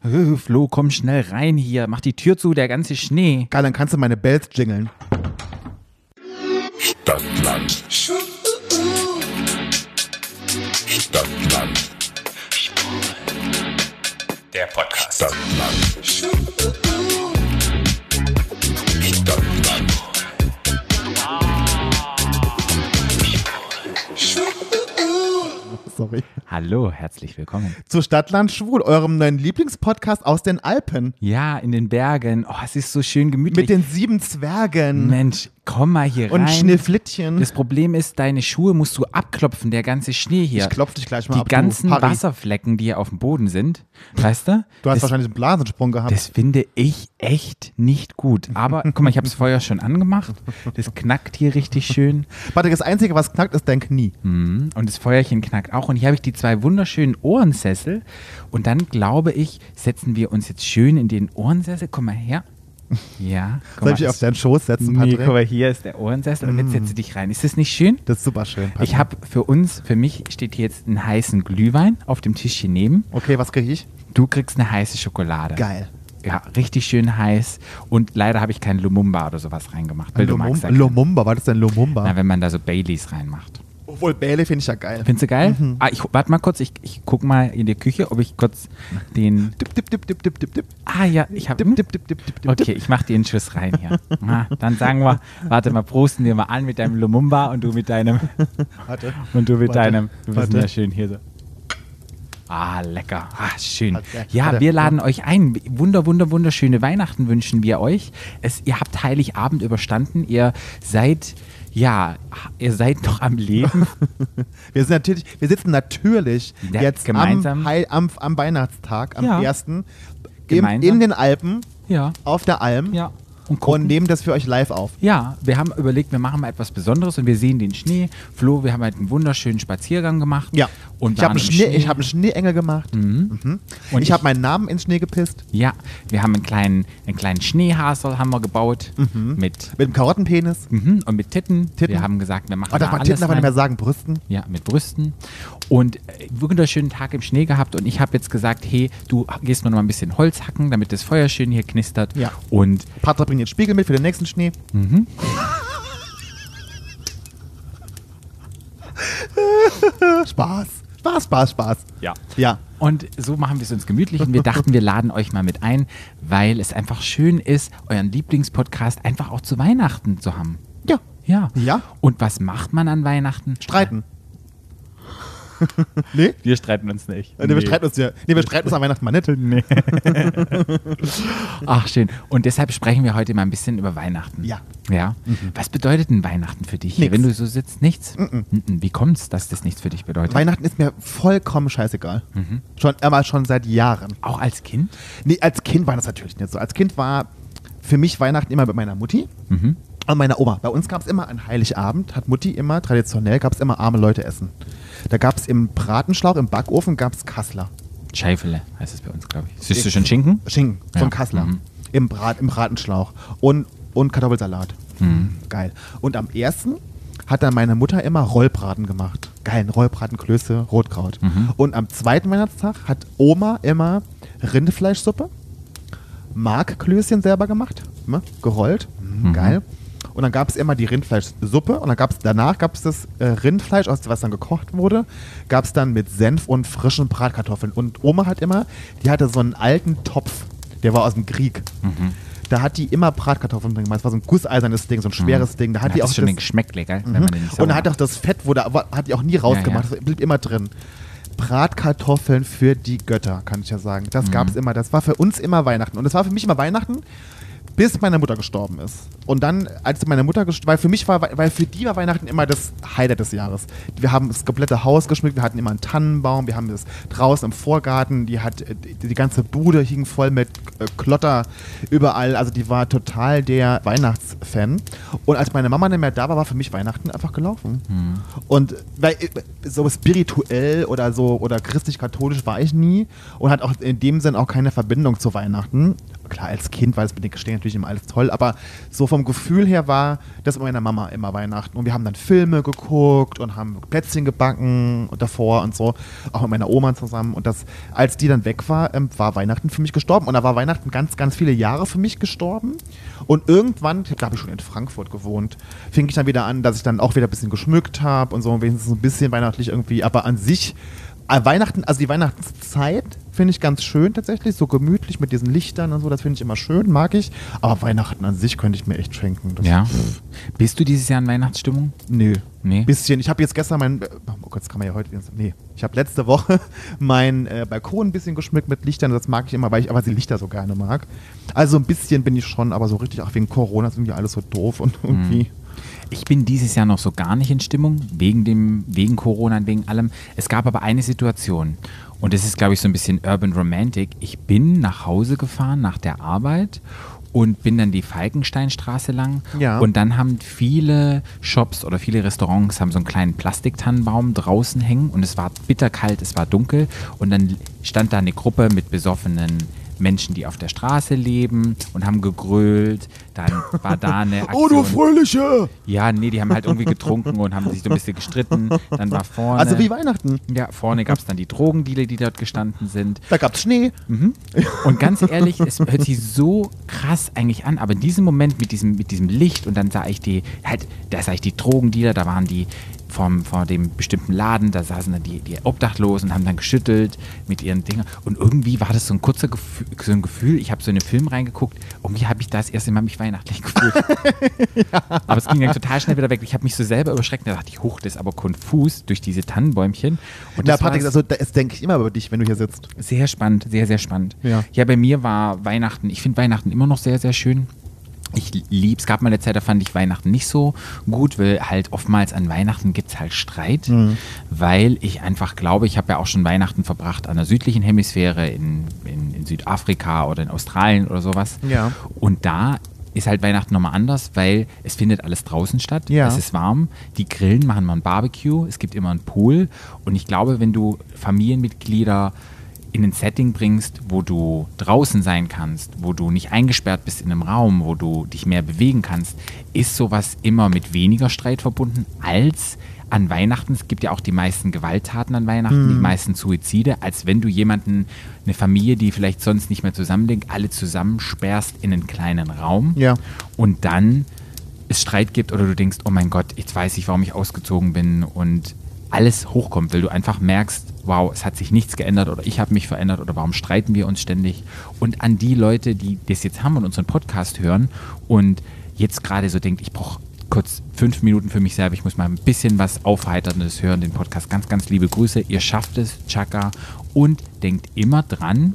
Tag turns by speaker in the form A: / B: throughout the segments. A: "Hö, Flo, komm schnell rein hier, mach die Tür zu, der ganze Schnee.
B: Geil, dann kannst du meine Bells jingeln.
C: Stadtland. Stadtland.
D: Der Podcast.
C: Stadtland. Stadtland.
B: Sorry.
A: Hallo, herzlich willkommen.
B: Zu Stadtland Schwul, eurem neuen Lieblingspodcast aus den Alpen.
A: Ja, in den Bergen. Oh, es ist so schön gemütlich.
B: Mit den sieben Zwergen
A: Mensch, komm mal hier
B: und
A: rein.
B: Schneeflittchen.
A: Das Problem ist, deine Schuhe musst du abklopfen, der ganze Schnee hier.
B: ich klopf dich gleich mal
A: die
B: ab.
A: ganzen
B: du, Harry.
A: Wasserflecken, die hier auf dem Boden sind, weißt du?
B: Du hast
A: das,
B: wahrscheinlich einen Blasensprung gehabt.
A: das finde ich echt nicht gut. Aber guck mal, ich habe das Feuer schon angemacht. Das knackt hier richtig schön.
B: Warte, das Einzige, was knackt, ist dein Knie.
A: Mhm. Und das Feuerchen knackt auch. Und hier habe ich die zwei wunderschönen Ohrensessel. Und dann glaube ich, setzen wir uns jetzt schön in den Ohrensessel. Komm mal her. Ja. Komm
B: Soll ich dich auf
A: das-
B: deinen Schoß setzen,
A: nee,
B: Patrick? Mm.
A: guck mal, hier ist der Ohrensessel. Und jetzt setze du dich rein. Ist das nicht schön?
B: das ist super schön, Patrick.
A: Ich habe für uns, für mich steht hier jetzt einen heißen Glühwein auf dem Tisch hier neben.
B: okay, was kriege ich?
A: Du kriegst eine heiße Schokolade.
B: Geil.
A: Ja, richtig schön heiß. Und leider habe ich keinen Lumumba oder sowas reingemacht. Weil du
B: Lumum-
A: magst ja keinen-
B: Lumumba, war das denn Lumumba?
A: Na, wenn man da so Baileys reinmacht.
B: Obwohl, Bailey finde ich ja geil.
A: Findest du geil?
B: Mhm.
A: Ah, ich warte mal kurz, ich, ich guck mal in der Küche, ob ich kurz den.
B: Dip, dip, dip, dip, dip, dip, dip.
A: Ah ja, ich habe.
B: Dip, dip, dip, dip, dip, dip,
A: Okay, ich mach dir einen Schuss rein hier. Na, dann sagen wir, warte mal, prosten wir mal an mit deinem Lumumba und du mit deinem.
B: Warte.
A: Und du mit
B: Warte,
A: deinem. Du bist
B: warte.
A: ja schön hier so. Ah, lecker. Ah, schön.
B: Warte,
A: Ja,
B: warte.
A: wir laden euch ein. Wunder, wunder, wunderschöne Weihnachten wünschen wir euch. Es, ihr habt Heiligabend überstanden. Ihr seid, ja, ihr seid noch am Leben.
B: Wir, sind natürlich, wir sitzen natürlich
A: Ja,
B: jetzt
A: gemeinsam.
B: Am, Heil, am, am Weihnachtstag, am
A: Ja.
B: ersten Im,
A: Gemeinsam.
B: in den Alpen,
A: Ja,
B: auf der Alm
A: ja. Und
B: und nehmen das für euch live auf.
A: Ja, wir haben überlegt, wir machen mal etwas Besonderes und wir sehen den Schnee. Flo, wir haben halt einen wunderschönen Spaziergang gemacht.
B: Ja.
A: Und
B: ich habe
A: waren
B: einen,
A: im
B: Schnee, ich hab einen Schneeengel gemacht. Mhm.
A: Und
B: ich habe
A: ich-
B: meinen Namen ins Schnee gepisst.
A: Ja, wir haben einen kleinen, einen kleinen Schneehasel haben wir gebaut mit
B: Mit dem Karottenpenis.
A: mhm, und mit Titten.
B: Mhm. Titten.
A: Wir haben gesagt, wir machen
B: Oh, darf
A: da
B: man Titten
A: alles
B: darf man nicht mehr
A: rein.
B: sagen, Brüsten.
A: Ja, mit Brüsten. Und äh, wunderschönen Tag im Schnee gehabt. Und ich habe jetzt gesagt, hey, du gehst mal noch mal ein bisschen Holz hacken, damit das Feuer schön hier knistert.
B: Ja.
A: Und
B: Patrick bringt den Spiegel mit für den nächsten Schnee. Spaß. Spaß, Spaß, Spaß.
A: ja.
B: Ja.
A: Und so machen wir es uns gemütlich und wir dachten, wir laden euch mal mit ein, weil es einfach schön ist, euren Lieblingspodcast einfach auch zu Weihnachten zu haben.
B: Ja.
A: Ja.
B: Ja.
A: Und was macht man an Weihnachten?
B: Streiten. nee?
A: Wir streiten uns nicht.
B: Nee, Äh, wir streiten uns ja. Nee, wir streiten uns an Weihnachten mal nicht. Nee.
A: Ach, schön. Und deshalb sprechen wir heute mal ein bisschen über Weihnachten.
B: Ja.
A: Ja. Was bedeutet denn Weihnachten für dich? hier?
B: Nix.
A: Wenn du so sitzt, nichts? Mhm. Wie kommt's, dass das nichts für dich bedeutet?
B: Weihnachten ist mir vollkommen scheißegal. Schon immer, schon seit Jahren.
A: auch als Kind?
B: Nee, als Kind war das natürlich nicht so. Als Kind war für mich Weihnachten immer mit meiner Mutti und meiner Oma. Bei uns gab es immer an Heiligabend, hat Mutti immer, traditionell gab es immer arme Leute essen. Da gab es im Bratenschlauch, im Backofen gab es Kassler.
A: Scheifele heißt es bei uns, glaube ich. Siehst du schon Schinken?
B: Schinken
A: Ja.
B: von Kassler. Im, Brat, Im Bratenschlauch. Und, und Kartoffelsalat. Geil. Und am ersten hat dann meine Mutter immer Rollbraten gemacht. Geil, Rollbratenklöße, Rotkraut. Und am zweiten Weihnachtstag hat Oma immer Rindfleischsuppe, Markklößchen selber gemacht, ne? gerollt.
A: Mhm.
B: Geil. Und dann gab es immer die Rindfleischsuppe und dann gab's, danach gab es das äh, Rindfleisch, aus was dann gekocht wurde, gab es dann mit Senf und frischen Bratkartoffeln. Und Oma hat immer, die hatte so einen alten Topf, der war aus dem Krieg.
A: Mhm.
B: Da hat die immer Bratkartoffeln drin gemacht. Das war so ein gusseisernes Ding, so ein schweres Ding. Da hat
A: Ja,
B: die
A: Mhm. das
B: auch
A: ist schon
B: das, Mhm.
A: den Geschmack lecker, wenn man den nicht
B: und
A: sauer
B: er hat auch das Fett, wurde, aber- hat die auch nie rausgemacht,
A: Ja, ja.
B: das blieb immer drin. Bratkartoffeln für die Götter, kann ich ja sagen.
A: Mhm.
B: Das gab es immer. Das war für uns immer Weihnachten. Und das war für mich immer Weihnachten, bis meine Mutter gestorben ist. Und dann, als meine Mutter gestorben weil für mich war, weil für die war Weihnachten immer das Highlight des Jahres. Wir haben das komplette Haus geschmückt, wir hatten immer einen Tannenbaum, wir haben das draußen im Vorgarten, die hat, die, die ganze Bude hing voll mit äh, Klotter überall. Also die war total der Weihnachtsfan. Und als meine Mama nicht mehr da war, war für mich Weihnachten einfach gelaufen. Und weil, äh, so spirituell oder so oder christlich-katholisch war ich nie und hat auch in dem Sinn auch keine Verbindung zu Weihnachten. klar, als Kind war das mit den Gestehen natürlich immer alles toll, aber so vom Gefühl her war das mit meiner Mama immer Weihnachten. Und wir haben dann Filme geguckt und haben Plätzchen gebacken und davor und so, auch mit meiner Oma zusammen. Und das, als die dann weg war, ähm, war Weihnachten für mich gestorben. Und da war Weihnachten ganz, ganz viele Jahre für mich gestorben. Und irgendwann, ich habe, glaube ich, schon in Frankfurt gewohnt, fing ich dann wieder an, dass ich dann auch wieder ein bisschen geschmückt habe und so, wenigstens so ein bisschen weihnachtlich irgendwie. Aber an sich Ah, Weihnachten, also die Weihnachtszeit finde ich ganz schön tatsächlich, so gemütlich mit diesen Lichtern und so, das finde ich immer schön, mag ich. Aber Weihnachten an sich könnte ich mir echt schenken. Das
A: Ja. Bist du dieses Jahr in Weihnachtsstimmung?
B: Nö.
A: Nee.
B: Bisschen. Ich habe jetzt gestern mein. Oh Gott, das kann man ja heute. Nee. Ich habe letzte Woche meinen äh, Balkon ein bisschen geschmückt mit Lichtern. Das mag ich immer, weil ich aber die Lichter so gerne mag. Also ein bisschen bin ich schon, aber so richtig, ach, wegen Corona ist irgendwie alles so doof und
A: Hm.
B: irgendwie.
A: Ich bin dieses Jahr noch so gar nicht in Stimmung, wegen, dem, wegen Corona und wegen allem. Es gab aber eine Situation und das ist, glaube ich, so ein bisschen Urban Romantic. Ich bin nach Hause gefahren nach der Arbeit und bin dann die Falkensteinstraße lang
B: Ja.
A: und dann haben viele Shops oder viele Restaurants haben so einen kleinen Plastiktannenbaum draußen hängen und es war bitterkalt, es war dunkel und dann stand da eine Gruppe mit besoffenen Menschen, die auf der Straße leben und haben gegrölt, dann war da eine
B: Oh,
A: Aktion.
B: Fröhliche!
A: Ja, nee, die haben halt irgendwie getrunken und haben sich so ein bisschen gestritten. Dann war vorne.
B: Also wie Weihnachten.
A: Ja, vorne gab es dann die Drogendealer, die dort gestanden sind.
B: Da gab es Schnee.
A: Und ganz ehrlich, es hört sich so krass eigentlich an, aber in diesem Moment mit diesem, mit diesem Licht und dann sah ich die, halt, da sah ich die Drogendealer, da waren die vom, vor dem bestimmten Laden, da saßen dann die, die Obdachlosen und haben dann geschüttelt mit ihren Dingen. Und irgendwie war das so ein kurzer Gefühl, so ein Gefühl ich habe so in den Film reingeguckt, irgendwie habe ich da das erste Mal mich weihnachtlich gefühlt. Aber es ging dann total schnell wieder weg. Ich habe mich so selber überschreckt, da dachte ich, hoch, das ist aber konfus durch diese Tannenbäumchen. Und
B: Na,
A: das
B: Patrick,
A: war's.
B: also das denke ich immer über dich, wenn du hier sitzt.
A: Sehr spannend, sehr, sehr spannend.
B: Ja.
A: bei mir war Weihnachten, ich finde Weihnachten immer noch sehr, sehr schön. Ich lieb, es gab mal eine Zeit, da fand ich Weihnachten nicht so gut, weil halt oftmals an Weihnachten gibt es halt Streit,
B: Mhm.
A: weil ich einfach glaube, ich habe ja auch schon Weihnachten verbracht an der südlichen Hemisphäre, in, in, in Südafrika oder in Australien oder sowas.
B: Ja.
A: Und da ist halt Weihnachten nochmal anders, weil es findet alles draußen statt.
B: Ja.
A: Es ist warm. Die Grillen machen mal ein Barbecue. Es gibt immer einen Pool. Und ich glaube, wenn du Familienmitglieder in ein Setting bringst, wo du draußen sein kannst, wo du nicht eingesperrt bist in einem Raum, wo du dich mehr bewegen kannst, ist sowas immer mit weniger Streit verbunden als an Weihnachten. Es gibt ja auch die meisten Gewalttaten an Weihnachten, die meisten Suizide, als wenn du jemanden, eine Familie, die vielleicht sonst nicht mehr zusammendenkt, alle zusammensperrst in einen kleinen Raum
B: Ja.
A: und dann es Streit gibt oder du denkst, oh mein Gott, jetzt weiß ich, warum ich ausgezogen bin und alles hochkommt, weil du einfach merkst, wow, es hat sich nichts geändert oder ich habe mich verändert oder warum streiten wir uns ständig? Und an die Leute, die das jetzt haben und unseren Podcast hören und jetzt gerade so denkt, ich brauche kurz fünf Minuten für mich selber, ich muss mal ein bisschen was Aufheiterndes hören, den Podcast. Ganz, ganz liebe Grüße, ihr schafft es, Chaka. Und denkt immer dran,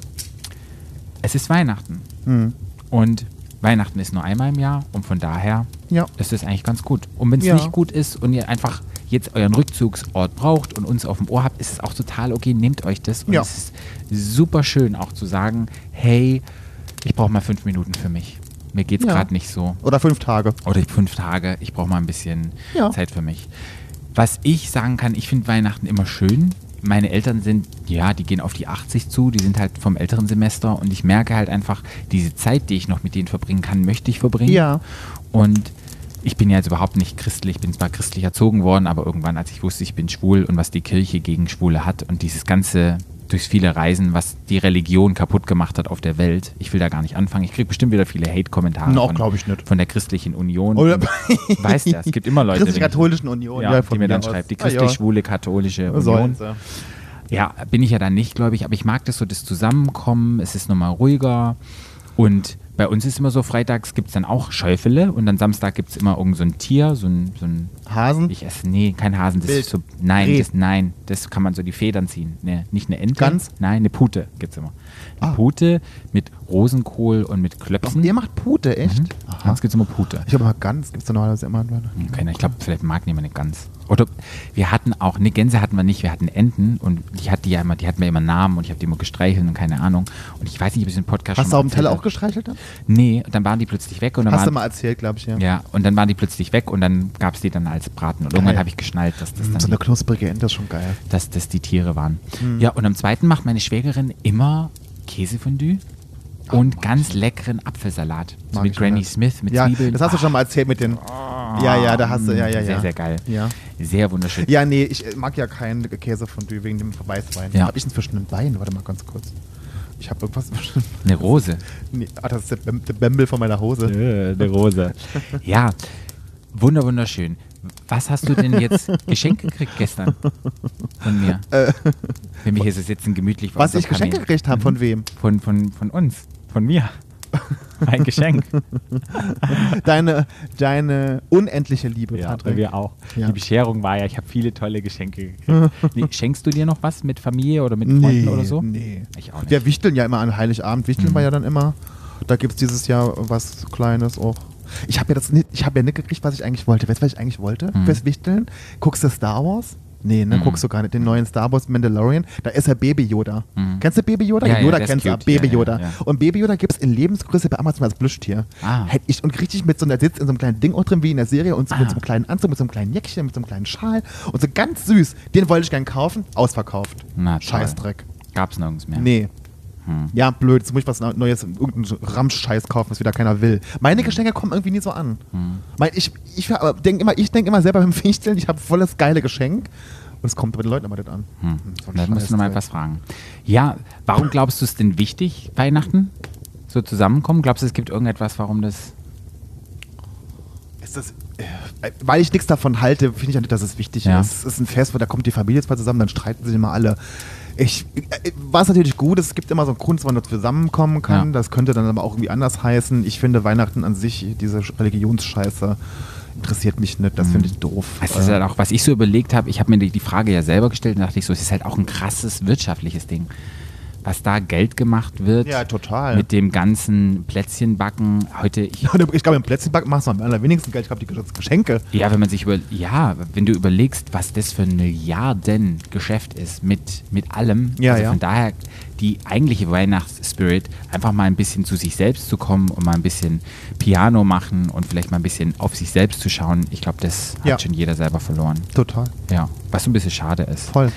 A: es ist Weihnachten.
B: Mhm.
A: Und Weihnachten ist nur einmal im Jahr und von daher
B: Ja.
A: ist es eigentlich ganz gut. Und wenn es
B: Ja.
A: nicht gut ist und ihr einfach jetzt euren Rückzugsort braucht und uns auf dem Ohr habt, ist es auch total okay, nehmt euch das. Und
B: Ja.
A: es ist super schön auch zu sagen, hey, ich brauche mal fünf Minuten für mich. Mir geht's
B: Ja.
A: gerade nicht so
B: Oder fünf Tage.
A: oder fünf Tage, ich brauche mal ein bisschen
B: Ja.
A: Zeit für mich. Was ich sagen kann, ich finde Weihnachten immer schön. Meine Eltern sind, ja, die gehen auf die 80 zu, die sind halt vom älteren Semester und ich merke halt einfach, diese Zeit, die ich noch mit denen verbringen kann, möchte ich verbringen.
B: Ja.
A: Und ich bin ja jetzt überhaupt nicht christlich, ich bin zwar christlich erzogen worden, aber irgendwann, als ich wusste, ich bin schwul und was die Kirche gegen Schwule hat und dieses ganze durchs viele Reisen, was die Religion kaputt gemacht hat auf der Welt, ich will da gar nicht anfangen. Ich kriege bestimmt wieder viele Hate-Kommentare
B: Na,
A: von-
B: glaub ich nicht.
A: von der christlichen Union.
B: Oder-
A: Und Weiß ja, es gibt immer Leute, wenn ich-
B: Christlich-Katholischen Union.
A: ja, die mir dann
B: aus.
A: schreibt, die
B: Ah, ja. Oh,
A: christlich-schwule katholische
B: Sollen
A: Union.
B: sie.
A: Ja, bin ich ja dann nicht, glaube ich, aber ich mag das so, das Zusammenkommen, es ist nochmal ruhiger und bei uns ist immer so, freitags gibt es dann auch Schäufele und dann Samstag gibt es immer irgend so ein Tier, so ein, so ein
B: Hasen?
A: ich esse, nee, kein Hasen, das
B: Wild.
A: ist so, nein,
B: Reh.
A: das, nein, das kann man so die Federn ziehen, nee, nicht eine Ente.
B: Gans?
A: Nein, eine Pute gibt es immer. Eine
B: Ah.
A: Pute mit Rosenkohl und mit
B: Doch,
A: Klöpsen.
B: ihr macht Pute, echt?
A: Mhm.
B: Aha.
A: Ganz gibt es immer Pute.
B: Ich glaube, mal Gans gibt es normalerweise immer an Weihnachten.
A: Hm, Keiner. Ich glaube, vielleicht mag niemand eine Gans. Oder wir hatten auch, ne, Gänse hatten wir nicht, wir hatten Enten und ich hatte die ja immer, die hatten mir immer Namen und ich habe die immer gestreichelt und keine Ahnung. Und ich weiß nicht, ob ich den Podcast schon
B: Hast du
A: mal
B: auf dem Teller auch
A: erzählt
B: gestreichelt? Dann?
A: habe. Nee, und dann waren die plötzlich weg und dann
B: Hast du
A: waren,
B: mal erzählt, glaube ich, ja.
A: ja, und dann waren die plötzlich weg und dann gab es die dann als Braten. Und irgendwann
B: Geil. Hm,
A: habe ich geschnallt, dass das dann
B: So
A: die
B: eine knusprige Ente ist schon geil.
A: dass
B: Hm.
A: das die Tiere waren. Ja, und am zweiten macht meine Schwägerin immer Käsefondue. und ganz leckeren Apfelsalat. So
B: Oh, Mag
A: mit
B: ich schon
A: Granny
B: ganz.
A: Smith, mit
B: ja,
A: Zwiebeln. Ah. mm,
B: das hast du schon mal erzählt mit den. Ja, ja, da hast du, ja, ja, ja.
A: Sehr, sehr geil.
B: Ja.
A: Sehr wunderschön.
B: Ja, nee, ich äh, mag ja keinen Käsefondue wegen dem Weißwein.
A: Ja.
B: Hab ich inzwischen einen Wein? Warte mal ganz kurz. Ich habe irgendwas.
A: Eine Rose.
B: nee, ah, das ist der, Bem- der Bembel von meiner Hose.
A: Äh, Eine Rose. Ja, wunder, wunderschön. Was hast du denn jetzt geschenkt gekriegt gestern von mir? Wenn wir hier so sitzen, gemütlich. vor
B: Äh. Was
A: unserem
B: ich Geschenke
A: Kamin.
B: gekriegt habe,
A: Mhm.
B: von wem?
A: Von, von, von uns. Von mir. Mein Geschenk.
B: Deine, deine unendliche Liebe,
A: Ja, bei
B: Patrick.
A: mir auch.
B: Ja.
A: Die Bescherung war ja, ich habe viele tolle Geschenke gekriegt. nee, schenkst du dir noch was mit Familie oder mit Freunden oder so?
B: Nee.
A: Ich auch nicht. Mhm.
B: Wir wichteln ja immer an Heiligabend. Wichteln wir ja dann immer. Da gibt es dieses Jahr was Kleines auch. Ich habe ja, das nicht- ich hab ja nicht gekriegt, was ich eigentlich wollte. Weißt du, was ich eigentlich wollte?
A: Mhm.
B: Fürs Wichteln? Guckst du Star Wars? Nee, ne, guckst du gar nicht. Den neuen Star Wars Mandalorian, da ist ja Baby Yoda. Kennst du Baby Yoda?
A: Mhm. Ja, ja,
B: Yoda
A: der ist
B: kennst du,
A: cute.
B: Baby
A: Ja, ja,
B: Yoda.
A: ja.
B: Und Baby Yoda gibt es in Lebensgröße bei Amazon als Plüschtier.
A: Ah.
B: Hätte ich und richtig mit so einer sitzt in so einem kleinen Ding auch drin wie in der Serie und so
A: Ah.
B: mit so einem kleinen Anzug, mit so einem kleinen Jäckchen, mit so einem kleinen Schal und so ganz süß. Den wollte ich gern kaufen, ausverkauft.
A: Na, toll.
B: Scheißdreck.
A: Gab's nirgends mehr.
B: Nee. Ja, blöd. Jetzt muss ich was Neues, irgendeinen Ramschscheiß kaufen, was wieder keiner will. Meine Geschenke kommen irgendwie nie so an. Mein, ich ich denke immer, ich denk immer selber beim Fichteln, ich habe voll das geile Geschenk. Und es kommt bei den Leuten aber nicht an. Hm. So ein
A: Da musst du nochmal
B: Scheißdreck.
A: etwas fragen. Ja, warum glaubst du es denn wichtig, Weihnachten? So zusammenkommen? Glaubst du, es gibt irgendetwas, warum das.
B: Ist das, äh, weil ich nichts davon halte, finde ich ja nicht, dass es wichtig
A: Ja.
B: ist. Es ist ein Fest, wo da kommt die Familie zwar zusammen, dann streiten sich immer alle. Ich, äh, was natürlich gut ist, es gibt immer so einen Grund, wann man zusammenkommen kann.
A: Ja.
B: Das könnte dann aber auch irgendwie anders heißen. Ich finde Weihnachten an sich, diese Religionsscheiße, interessiert mich nicht. Das finde ich doof.
A: Mhm. Es ist
B: Äh,
A: halt auch, was ich so überlegt habe, ich habe mir die, die Frage ja selber gestellt und dachte ich so, es ist halt auch ein krasses wirtschaftliches Ding. Was da Geld gemacht wird.
B: Ja, total.
A: Mit dem ganzen Plätzchenbacken. Heute, ich,
B: ich glaube, im Plätzchenback machst du am allerwenigsten Geld. Ich glaube, die Geschenke.
A: ja, wenn man sich über, ja, wenn du überlegst, was das für ein Milliardengeschäft ist mit, mit allem.
B: Ja,
A: also
B: ja.
A: Von daher, die eigentliche Weihnachtsspirit, einfach mal ein bisschen zu sich selbst zu kommen und mal ein bisschen Piano machen und vielleicht mal ein bisschen auf sich selbst zu schauen. Ich glaube, das
B: Ja.
A: hat schon jeder selber verloren.
B: Total.
A: Ja, was so ein bisschen schade ist.
B: Voll.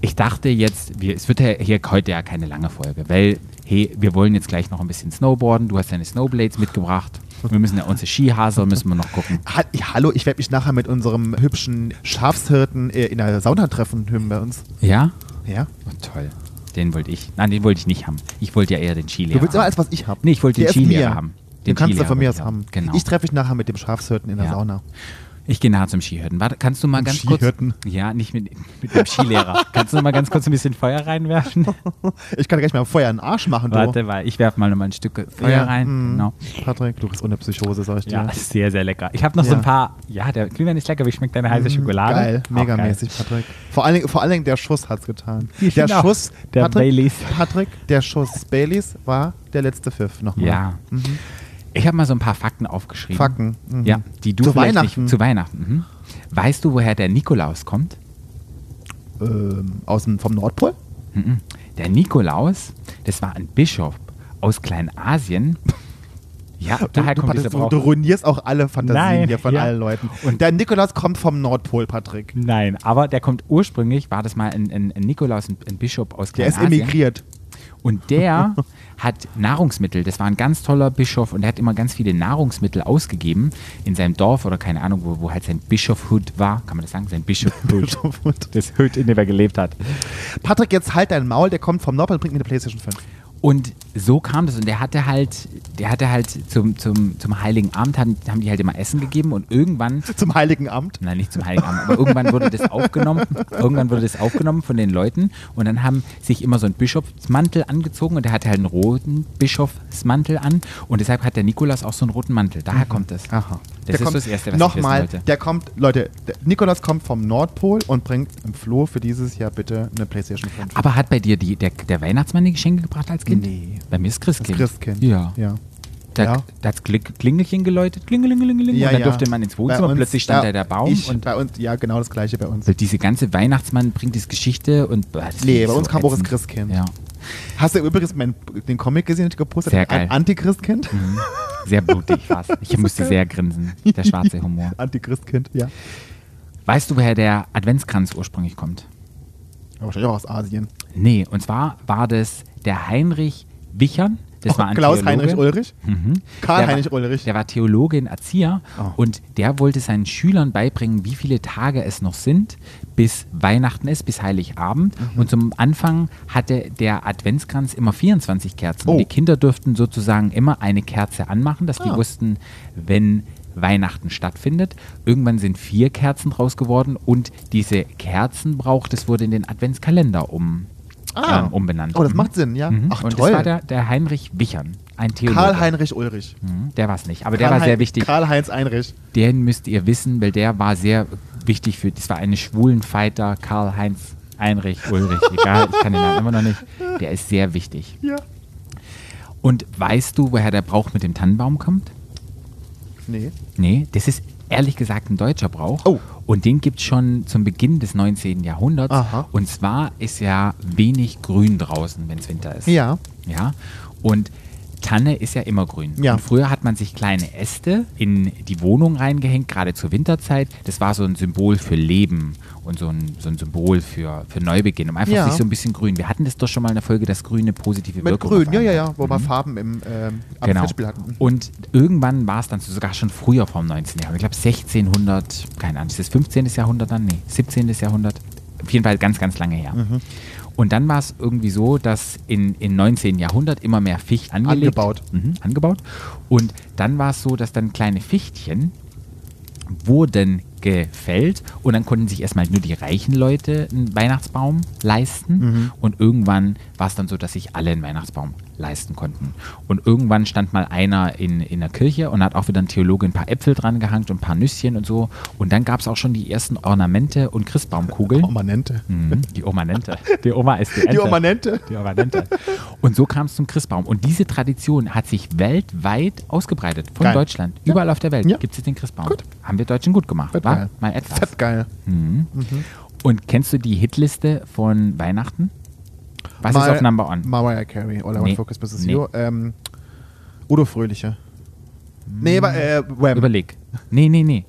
A: Ich dachte jetzt, wir, es wird ja hier heute ja keine lange Folge, weil, hey, wir wollen jetzt gleich noch ein bisschen snowboarden. Du hast deine Snowblades mitgebracht. Wir müssen ja unsere Skihasel müssen wir noch gucken.
B: Ha Hallo, ich werde mich nachher mit unserem hübschen Schafshirten äh, in der Sauna treffen, hören wir uns.
A: Ja?
B: Ja?
A: Oh, toll. Den wollte ich. Nein, den wollte ich nicht haben. Ich wollte ja eher den Skilehrer.
B: Du willst immer
A: haben.
B: alles, was ich habe.
A: Nee, ich wollte den Skilehrer haben.
B: Den
A: Den
B: kannst du
A: Skilehrer
B: von mir
A: wollte
B: aus
A: ich
B: haben.
A: haben. Genau.
B: Ich treffe mich nachher mit dem Schafshirten in der
A: Ja.
B: Sauna.
A: Ich gehe nachher zum Skihirten. Warte, kannst du mal
B: Zum
A: ganz
B: Skihirten?
A: kurz. Ja, nicht mit, mit dem Skilehrer. kannst du mal ganz kurz ein bisschen Feuer reinwerfen?
B: Ich kann gleich mal Feuer in den Arsch machen, du.
A: Warte, weil ich werfe mal nochmal ein Stück Feuer
B: Ja,
A: rein.
B: mm.
A: Genau.
B: Patrick, du bist ohne Psychose, sag ich dir.
A: Ja, sehr, sehr lecker. Ich habe noch so
B: Ja. Mhm.
A: ein paar. Ja, der Glühwein ist lecker. Wie schmeckt deine heiße Schokolade?
B: Geil,
A: Auch
B: megamäßig, Patrick. Vor allen, Dingen- vor allen Dingen der Schuss hat's getan.
A: Ich
B: der
A: find auch,
B: Schuss,
A: der Baileys.
B: Patrick, der Schuss Baileys war der letzte Pfiff nochmal.
A: Ja. Ich habe mal so ein paar Fakten aufgeschrieben.
B: Mhm. Fakten, mhm.
A: Ja, die du
B: Zu
A: vielleicht
B: Weihnachten.
A: Nicht, zu Weihnachten. Mhm. Weißt du, woher der Nikolaus kommt?
B: Ähm, aus dem, vom Nordpol?
A: Mhm. Der Nikolaus, das war ein Bischof aus Kleinasien. Ja, daher
B: du,
A: kommt dieser
B: Patrick, du,
A: Brauch.
B: du ruinierst auch alle Fantasien
A: Nein,
B: hier von
A: ja.
B: allen Leuten. Und
A: Und-
B: der Nikolaus kommt vom Nordpol, Patrick.
A: Nein, aber der kommt ursprünglich, war das mal ein, ein, ein Nikolaus, ein, ein Bischof aus
B: Der ist
A: Kleinasien.
B: emigriert.
A: Und der hat Nahrungsmittel, das war ein ganz toller Bischof und der hat immer ganz viele Nahrungsmittel ausgegeben in seinem Dorf oder keine Ahnung, wo, wo halt sein Bischofhood war. Kann man das sagen? Sein Bischofhood. das Hood, in dem er gelebt hat.
B: Patrick, jetzt halt dein Maul, der kommt vom Nordpol und bringt mir eine Playstation 5.
A: Und so kam das und der hatte halt, der hatte halt zum, zum, zum Heiligen Abend haben, haben die halt immer Essen gegeben und irgendwann
B: Zum Heiligen Amt.
A: Nein, nicht zum Heiligen Abend. Aber irgendwann wurde das aufgenommen. Irgendwann wurde das aufgenommen von den Leuten. Und dann haben sich immer so ein Bischofsmantel angezogen. Und der hatte halt einen roten Bischofsmantel an. Und deshalb hat der Nikolaus auch so einen roten Mantel. Daher kommt das.
B: Mhm. Aha.
A: Das ist so das Erste, was
B: Nochmal,
A: ich wissen wollte.
B: der kommt, Leute, der Nikolaus kommt vom Nordpol und bringt im Flo für dieses Jahr bitte eine Playstation 5.
A: Aber hat bei dir die, der, der Weihnachtsmann die Geschenke gebracht als Kind?
B: Nee.
A: Bei mir ist Christkind.
B: Christkind.
A: Ja. Oh,
B: ja.
A: Da,
B: Ja.
A: da hat Klingelchen geläutet. Klingelingelingeling.
B: Ja,
A: und dann
B: ja.
A: durfte man ins
B: Bei
A: Wohnzimmer.
B: uns-
A: plötzlich stand da der Baum.
B: Ich,
A: und also
B: bei uns, ja, genau das gleiche bei uns.
A: diese ganze Weihnachtsmann bringt es Geschichte. Und, boah, das
B: Nee,
A: finde ich
B: bei uns kam auch das
A: ätzend.
B: Christkind.
A: Ja.
B: Hast du übrigens meinen, den Comic gesehen, den ich gepostet
A: Sehr
B: habe?
A: geil. Mhm.
B: Ein Antichristkind?
A: Sehr blutig fast. Ich musste sehr grinsen. Der schwarze Humor.
B: Antichristkind, ja.
A: Weißt du, woher der Adventskranz ursprünglich kommt?
B: Aber wahrscheinlich auch aus Asien.
A: Nee, und zwar war das der Heinrich Wichern, Das war ein
B: Klaus
A: Theologe. Mhm.
B: Heinrich Ulrich?
A: Der
B: Karl
A: war-
B: Heinrich Ulrich.
A: Der war Theologe und Erzieher
B: Oh.
A: und der wollte seinen Schülern beibringen, wie viele Tage es noch sind, bis Weihnachten ist, bis Heiligabend.
B: Mhm.
A: Und zum Anfang hatte der Adventskranz immer 24 Kerzen. Und
B: Oh.
A: Die Kinder durften sozusagen immer eine Kerze anmachen, dass die
B: Ah.
A: wussten, wenn Weihnachten stattfindet. Irgendwann sind vier Kerzen draus geworden und diese Kerzenbrauch, das wurde in den Adventskalender um, ähm, umbenannt.
B: Oh, das
A: Mhm.
B: macht Sinn, ja.
A: Mhm.
B: Ach
A: und
B: toll.
A: das war der, der Heinrich Wichern, ein Theologe.
B: Karl Heinrich Ulrich.
A: Mhm, Der war es nicht, aber der
B: Karl
A: war sehr
B: Hein-
A: wichtig.
B: Karl Heinz Heinrich.
A: Den müsst ihr wissen, weil der war sehr wichtig für, das war eine schwulen Fighter, Karl-Heinz Heinrich Ulrich, egal, ich kann den Namen immer noch nicht. Der ist sehr wichtig.
B: Ja.
A: Und weißt du, woher der Brauch mit dem Tannenbaum kommt?
B: Nee.
A: Nee, das ist ehrlich gesagt ein deutscher Brauch.
B: Oh.
A: Und den gibt es schon zum Beginn des 19. Jahrhunderts.
B: Aha.
A: Und zwar ist ja wenig grün draußen, wenn es Winter ist.
B: Ja.
A: Ja. Und Tanne ist ja immer grün.
B: Ja.
A: Und früher hat man sich kleine Äste in die Wohnung reingehängt, gerade zur Winterzeit. Das war so ein Symbol für Leben und so ein, so ein Symbol für, für Neubeginn, um einfach
B: Ja.
A: sich so ein bisschen grün. Wir hatten das doch schon mal in der Folge, dass Grüne positive
B: Mit
A: Wirkung
B: Grün,
A: auf
B: ja,
A: einen
B: ja,
A: hat.
B: ja, wo wir Farben im ähm, am
A: Mhm. Genau.
B: Festspiel hatten.
A: Und irgendwann war es dann sogar schon früher vom 19. Jahrhundert. Ich glaube 1600, keine Ahnung, ist das 15. Jahrhundert dann? Nee, 17. Jahrhundert. Auf jeden Fall ganz, ganz lange her.
B: Mhm.
A: Und dann war es irgendwie so, dass in, in 19. Jahrhundert immer mehr Ficht angelegt,
B: Angebaut.
A: Mhm, angebaut. Und dann war es so, dass dann kleine Fichtchen wurden gefällt und dann konnten sich erstmal nur die reichen Leute einen Weihnachtsbaum leisten und irgendwann war es dann so, dass sich alle einen Weihnachtsbaum leisten konnten. Und irgendwann stand mal einer in, in der Kirche und hat auch wieder ein Theologe ein paar Äpfel dran gehangt und ein paar Nüsschen und so und dann gab es auch schon die ersten Ornamente und Christbaumkugeln.
B: Permanente.
A: Mhm, die Omanente. Die Oma ist die Ente.
B: Oh. Die Permanente.
A: Die Omanente. Und so kam es zum Christbaum. Und diese Tradition hat sich weltweit ausgebreitet. Von
B: Geil.
A: Deutschland. Überall auf der Welt
B: Ja.
A: gibt es jetzt den Christbaum.
B: Gut.
A: Haben wir Deutschen gut gemacht,
B: Fett
A: war?
B: geil.
A: Mal etwas.
B: Fett geil.
A: Und kennst du die Hitliste von Weihnachten? Was
B: Mal-
A: ist auf Number One?
B: Mariah Carey. All I Want
A: Nee.
B: Focus Mrs.
A: Nee.
B: You. Ähm, Udo Fröhliche. Nee, aber äh, Wham.
A: Überleg. Nee, nee, nee.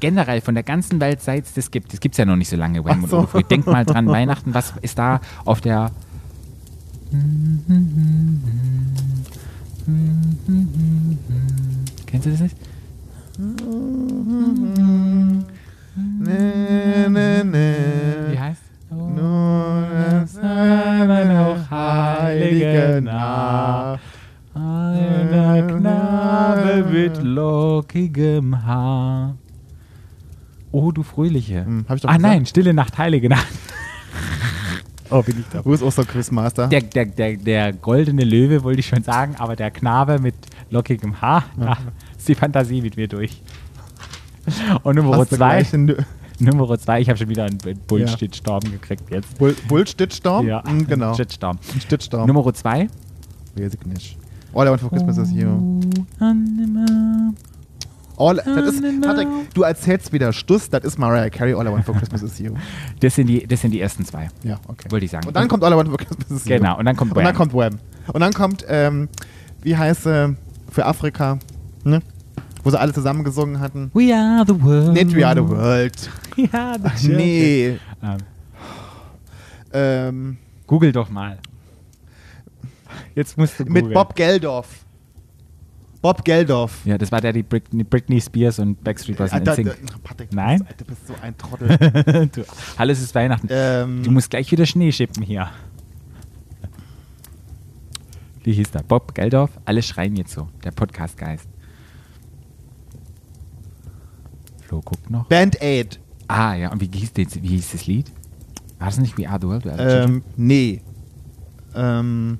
A: Generell von der ganzen Welt, seit es das gibt. Das gibt es ja noch nicht so lange. Wham
B: Ach
A: und
B: so.
A: Udo Fröhlich. Denk mal dran, Weihnachten, was ist da auf der... Kennst du das nicht?
B: Nee, nee, nee.
A: Wie heißt?
B: Nun ist deine hochheilige Nacht.
A: Einer Knabe mit lockigem Haar. Oh, du Fröhliche.
B: Hm, hab ich doch
A: ah
B: gesagt.
A: nein, stille Nacht, heilige Nacht. oh, bin ich da.
B: Wo ist unser Quizmaster?
A: Der, der, der, der goldene Löwe wollte ich schon sagen, aber der Knabe mit lockigem Haar, da ist die Fantasie mit mir durch. Und Nummer
B: Hast
A: zwei,
B: du gleich den Nö-
A: Nummer zwei, ich habe schon wieder einen
B: Ja.
A: Bullshit-Storm gekriegt jetzt.
B: Bull, Bull Stitchstorm?
A: Ja,
B: Mm, genau.
A: Shitstorm.
B: Stitchstorm.
A: Nummer zwei.
B: Weiß ich nicht. All I want for Christmas is you. All, das ist, Patrick, du erzählst wieder Stuss, das ist Mariah Carey, All I want for Christmas is you.
A: Das sind die, das sind die ersten zwei.
B: Ja, okay.
A: Wollte ich sagen.
B: Und dann kommt All I want for Christmas is you.
A: Genau, und dann kommt
B: Und
A: Wham.
B: dann kommt Wham. Und dann kommt, ähm, wie heißt äh, für Afrika, ne? Wo sie alle zusammen gesungen hatten.
A: We are the world.
B: Net We Are The World.
A: We are the children.
B: Nee.
A: Ähm,
B: Ähm,
A: Google doch mal. Jetzt musst du
B: mit
A: googeln.
B: Bob Geldof. Bob Geldof.
A: Ja, das war der, die Britney, Britney Spears und Backstreet Boys und
B: Alter,
A: NSYNC.
B: äh, Patrick,
A: Nein?
B: Du bist, du bist so ein Trottel.
A: du, alles ist Weihnachten.
B: Ähm.
A: du musst gleich wieder Schnee schippen hier. Wie hieß der? Bob Geldorf? Alle schreien jetzt so. Der Podcast-Geist. Flo, guck noch.
B: Band Aid.
A: Ah, ja. Und wie hieß, das, wie hieß das Lied? War das nicht We Are the World? We Are the Children?
B: Ähm, nee. Ähm,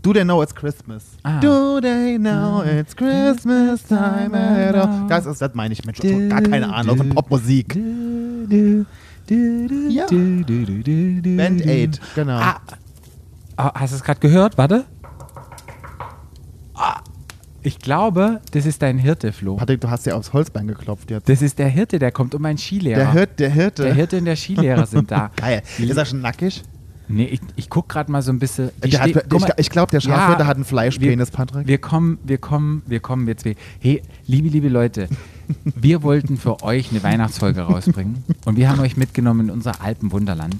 B: Do they know it's Christmas?
A: Ah.
B: Do they know it's Christmas time at all? Das ist, das meine ich mit schon gar keine Ahnung von Popmusik.
A: Du, du, du, du,
B: Ja.
A: du, du, du, du, du,
B: Band
A: du.
B: Aid, genau.
A: Ah, ah, hast du es gerade gehört? Warte. Ah, Ich glaube, das ist dein Hirte, Flo.
B: Patrick, du hast ja aufs Holzbein geklopft jetzt.
A: Das ist der Hirte, der kommt um ein Skilehrer.
B: Der Hirte, der Hirte.
A: Der Hirte und der Skilehrer sind da.
B: Geil. Ist er schon nackig?
A: Nee, ich, ich guck gerade mal so ein bisschen. die
B: Der hat,
A: steh- guck
B: ich
A: mal.
B: ich glaube, der Schafhirte hat einen Fleischpenis,
A: wir,
B: Patrick.
A: Wir kommen, wir kommen, wir kommen jetzt. we- Hey, liebe, liebe Leute, wir wollten für euch eine Weihnachtsfolge rausbringen und wir haben euch mitgenommen in unser Alpenwunderland.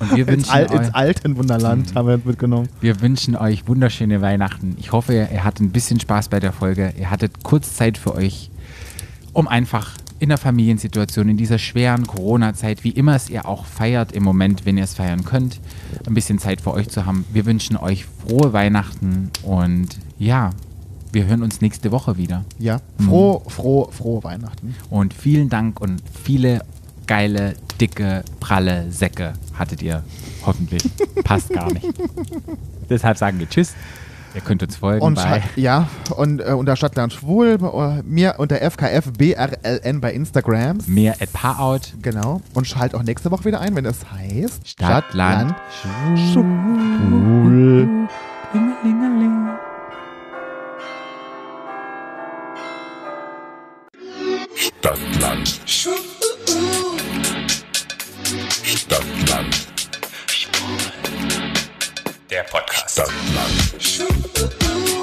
A: Und wir
B: Ins,
A: wünschen,
B: Al ins
A: euch,
B: alten Wunderland haben wir uns mitgenommen.
A: wir wünschen euch wunderschöne Weihnachten. Ich hoffe, ihr, ihr hattet ein bisschen Spaß bei der Folge. Ihr hattet kurz Zeit für euch, um einfach in der Familiensituation, in dieser schweren Corona-Zeit, wie immer es ihr auch feiert im Moment, wenn ihr es feiern könnt, ein bisschen Zeit für euch zu haben. Wir wünschen euch frohe Weihnachten und ja, wir hören uns nächste Woche wieder.
B: Ja, froh,
A: Hm.
B: froh, frohe Weihnachten.
A: Und vielen Dank und viele geile, dicke, pralle Säcke hattet ihr hoffentlich. Passt gar nicht. Deshalb sagen wir Tschüss. Ihr könnt uns folgen
B: Und
A: bei
B: Scha- ja, und äh, unter Stadtland Schwul, bei- äh, mir unter FKFBRLN bei Instagram.
A: mehr at Paarout.
B: Genau. Und schalt auch nächste Woche wieder ein, wenn es heißt
A: Stadt, Land,
B: Land, Schwul.
A: Schwul.
C: Stadtland. Stadtland.
D: Der Podcast.
C: Stadtland.